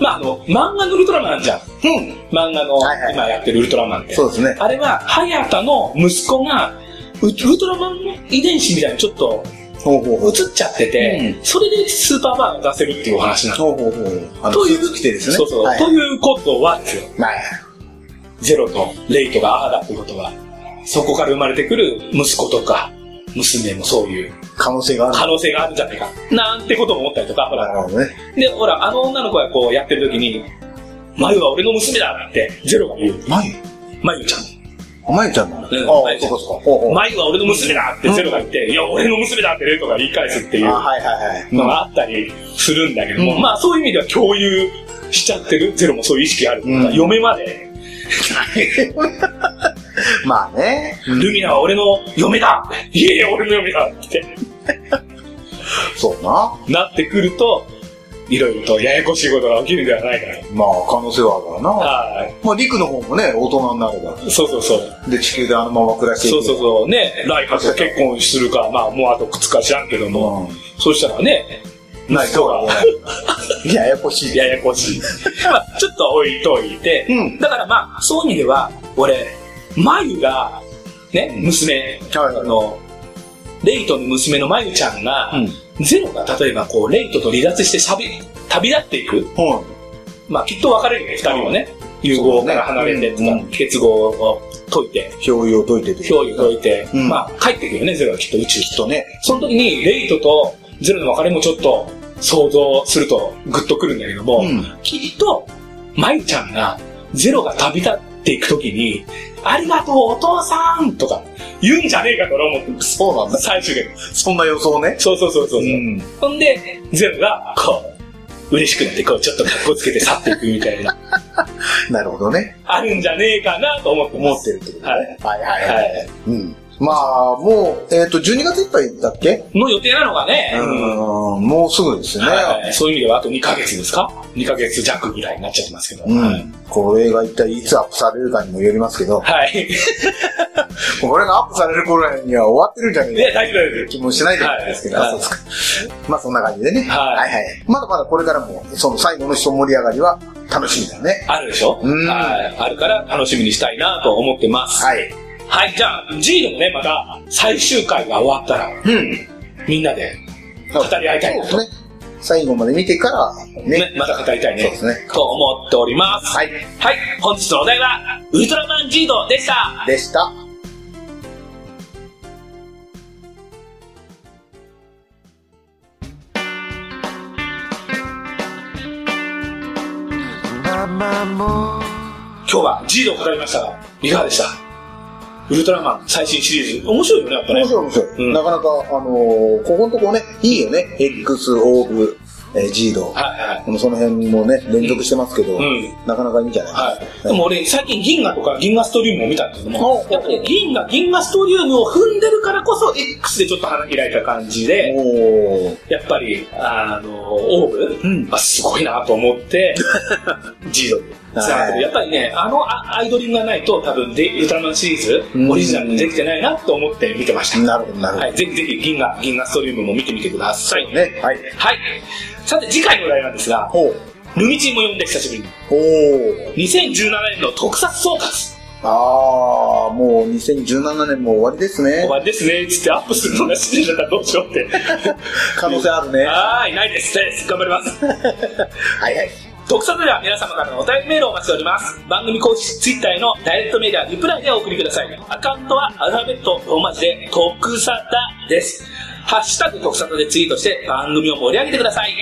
Speaker 4: まあ、あの、漫画のウルトラマンじゃん。
Speaker 1: うん。
Speaker 4: 漫画の
Speaker 1: はいはい
Speaker 4: 今やってるウルトラマンって。
Speaker 1: そうですね。
Speaker 4: あれは、早田の息子が、ウウルトラマンの遺伝子みたいにちょっと
Speaker 1: ほうほうほう。
Speaker 4: 映っちゃってて、それでスーパーバーが出せるっていうお話なの。
Speaker 1: ほうほうほう。あの、
Speaker 4: と
Speaker 1: スー
Speaker 4: いう
Speaker 1: ツ着てですね。
Speaker 4: そうそう。
Speaker 1: はい
Speaker 4: と。いうことはですよ、
Speaker 1: まあ、
Speaker 4: ゼロとレイトがアーだってことは、そこから生まれてくる息子とか、娘もそういう
Speaker 1: 可能性があ
Speaker 4: 可
Speaker 1: る。
Speaker 4: 能性があるんじゃないか。なんてことも思ったりとか、ほら
Speaker 1: な、るほどね。
Speaker 4: で、ほら、あの女の子がこうやってる時に、マユは俺の娘だって、ゼロが言う。
Speaker 1: まゆ
Speaker 4: マユちゃん。
Speaker 1: あまゆちゃんなの、
Speaker 4: うん
Speaker 1: あ
Speaker 4: ま
Speaker 1: あ、
Speaker 4: ゆち
Speaker 1: そうん
Speaker 4: ゃ
Speaker 1: かそうか。ほうほう。
Speaker 4: マユは俺の娘だってゼロが言って、いや、俺の娘だってレイトが言い返すっていう
Speaker 1: あはいはいはい。
Speaker 4: のがあったりするんだけども、
Speaker 1: うん
Speaker 4: まあそういう意味では共有しちゃってる。ゼロもそういう意識がある。
Speaker 1: うん
Speaker 4: 嫁まで、
Speaker 1: まあね。
Speaker 4: ルミナは俺の嫁だいえいえ、俺の嫁だって
Speaker 1: そうな。
Speaker 4: なってくると、いろいろとややこしいことが起きるんではないか
Speaker 1: まあ、可能性はあるからな。
Speaker 4: な。はい。
Speaker 1: まあ、陸の方もね、大人になれば。
Speaker 4: そうそうそう。
Speaker 1: で、地球であのまま暮らしてい
Speaker 4: そうそう
Speaker 1: う
Speaker 4: そう。ね、ライカと結婚するか、まあもうあと靴か知らんけども。
Speaker 1: ん。
Speaker 4: そうしたらね、
Speaker 1: ない、
Speaker 4: 息子
Speaker 1: そう
Speaker 4: が
Speaker 1: だね。い や、ややこしい。
Speaker 4: ややこしい。まあ、ちょっと置いといて、
Speaker 1: うん
Speaker 4: だからまあ、そういう意味では、俺、まゆが、ね、娘
Speaker 1: はいはい
Speaker 4: の、レイトの娘のまゆちゃんが、
Speaker 1: うん
Speaker 4: ゼロが例えばこう、レイトと離脱してしゃべ旅立っていく。
Speaker 1: うん。
Speaker 4: まあ、きっと別れるよね、二人もね。融合から離れてとか、
Speaker 1: うんうん
Speaker 4: 結合を解いて、
Speaker 1: 表意を解いてて。
Speaker 4: 共有を解いて、
Speaker 1: うん
Speaker 4: まあ、帰ってくるよね、ゼロはきっと宇宙に
Speaker 1: きっとね。
Speaker 4: その時に、レイトとゼロの別れもちょっと想像するとグッとくるんだけども、
Speaker 1: うん。
Speaker 4: きっと、マイちゃんがゼロが旅立っていく時に、ありがとうお父さんとか言うんじゃねえかと俺は思って、
Speaker 1: そうなんだ。
Speaker 4: 最終的に。
Speaker 1: そんな予想ね。
Speaker 4: そうそうそうそう。
Speaker 1: ん。
Speaker 4: ほんで、ゼロがこう、嬉しくなってこう、ちょっと格好つけて去っていくみたいな、
Speaker 1: なるほどね。
Speaker 4: あるんじゃねえかなと思って
Speaker 1: 思
Speaker 4: ま
Speaker 1: っ
Speaker 4: す。
Speaker 1: てるってこと
Speaker 4: は
Speaker 1: ね。はいはい
Speaker 4: は
Speaker 1: はい。う
Speaker 4: い。
Speaker 1: ん。まあ、もう、えっと、12月いっぱいだっけ
Speaker 4: の予定なのがね、
Speaker 1: うん。もうすぐですね。
Speaker 4: はい、そういう意味ではあと2ヶ月ですか ?2 ヶ月弱ぐらいになっちゃってますけど。
Speaker 1: う
Speaker 4: はい
Speaker 1: ん。これが一体いつアップされるかにもよりますけど、
Speaker 4: はい。
Speaker 1: これがアップされる頃には終わってるんじゃね
Speaker 4: ね、
Speaker 1: えか
Speaker 4: 大丈夫
Speaker 1: という
Speaker 4: です。
Speaker 1: 気もしないじゃないですけど、
Speaker 4: はい
Speaker 1: あそうですかまあそんな感じでね。
Speaker 4: は
Speaker 1: はい
Speaker 4: い
Speaker 1: はい。まだまだこれからも、その最後の一盛り上がりは楽しみだね。
Speaker 4: あるでしょ
Speaker 1: うん
Speaker 4: はい。あるから楽しみにしたいなと思ってます。はい。
Speaker 1: はい。
Speaker 4: じゃあ、G でもね、また最終回が終わったら、
Speaker 1: うん。
Speaker 4: みんなで語り合いたいな
Speaker 1: そ
Speaker 4: と。
Speaker 1: うですね。最後まで見てから、ね。
Speaker 4: ね、また語りたいね。
Speaker 1: そうですね。
Speaker 4: と思っております。
Speaker 1: はい。
Speaker 4: はい。本日のお題は、ウルトラマン G ドでした。
Speaker 1: でした。
Speaker 4: 今日は G ドを語りましたが、いかがでしたウルトラマン最新シリーズ、面白いよね、やっぱね
Speaker 1: 面。白い面白い。
Speaker 4: うん
Speaker 1: なかなか、あのーここのとこね、いいよね。X、オーブ、えー、ジード。
Speaker 4: はいはい。
Speaker 1: このその辺もね、連続してますけど、
Speaker 4: うん
Speaker 1: なかなかいいんじゃない
Speaker 4: はい。でも俺、最近銀河とか銀河ストリウムを見たんですけども
Speaker 1: お、
Speaker 4: やっぱり銀河、銀河ストリウムを踏んでるからこそ、X でちょっと花開いた感じで、
Speaker 1: おー
Speaker 4: やっぱり、あの、オーブ、
Speaker 1: うん
Speaker 4: あすごいなと思 って、ジードに繋がって
Speaker 1: はい
Speaker 4: る。やっぱりね、あのあアイドリングがないと、多分で、ウルトラマンシリーズ
Speaker 1: う、ん
Speaker 4: オリジナルにできてないなと思って見てました。
Speaker 1: なるほど、なるほど。
Speaker 4: はい、ぜひぜひ銀河、銀河ストリウムも見てみてください。
Speaker 1: ね。はい。
Speaker 4: はい。さて、次回のお題なんですが、
Speaker 1: ほう。
Speaker 4: ルミチンも呼んで久しぶりに。
Speaker 1: おー
Speaker 4: 2017年の特撮総括。
Speaker 1: あー、もう2017年も終わりですね
Speaker 4: 終。わりですね、つってアップするのが死んじゃったらどうしようって。
Speaker 1: 可能性あるね。は
Speaker 4: はーい、ないです。です頑張ります。
Speaker 1: い はい。
Speaker 4: 特撮では皆様からのお便りメールをお待ちしております。番組公式ツイッターへのダイレクトメールはリプライでお送りください。アカウントはアルファベット大文字で、特撮です。ハッシュタグ特撮でツイートして番組を盛り上げてください。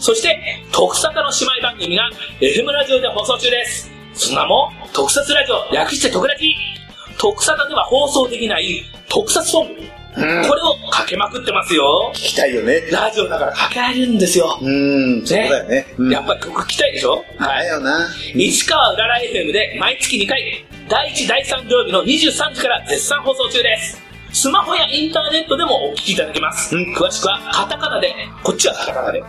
Speaker 4: そして、特撮の姉妹番組が FM ラジオで放送中です。その名も、特撮ラジオ略して特ラジ。特撮では放送できない特撮ソング。
Speaker 1: うん
Speaker 4: これをかけまくってますよ。
Speaker 1: 聞きたいよね。
Speaker 4: ラジオだからかけられるんですよ。
Speaker 1: うーん、そうだよね。うん
Speaker 4: やっぱり曲聞きたいでしょ
Speaker 1: だよな。
Speaker 4: 市川うらら FM で毎月2回、第1、第3土曜日の23時から絶賛放送中です。スマホやインターネットでもお聞きいただけます。
Speaker 1: うん
Speaker 4: 詳しくはカタカナで、こっちはカタカナで、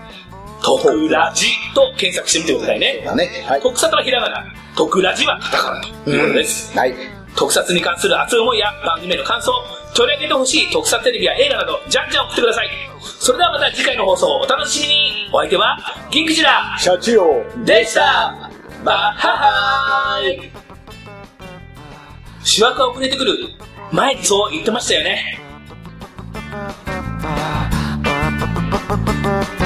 Speaker 4: 特ラジと検索してみてくださいね。
Speaker 1: だね。はい。
Speaker 4: 特撮はひらがな、特ラジはカタカナということです。
Speaker 1: はい。
Speaker 4: 特撮に関する熱い思いや番組への感想、取り上げてほしい特撮テレビや映画など、じゃんじゃん送ってください。それではまた次回の放送をお楽しみに。お相手は、ギンクジラ
Speaker 1: 社長。
Speaker 4: でしたバッハハーイ主役が遅れてくる。前にそう言ってましたよね。
Speaker 5: Ba ba ba ba ba ba ba ba ba.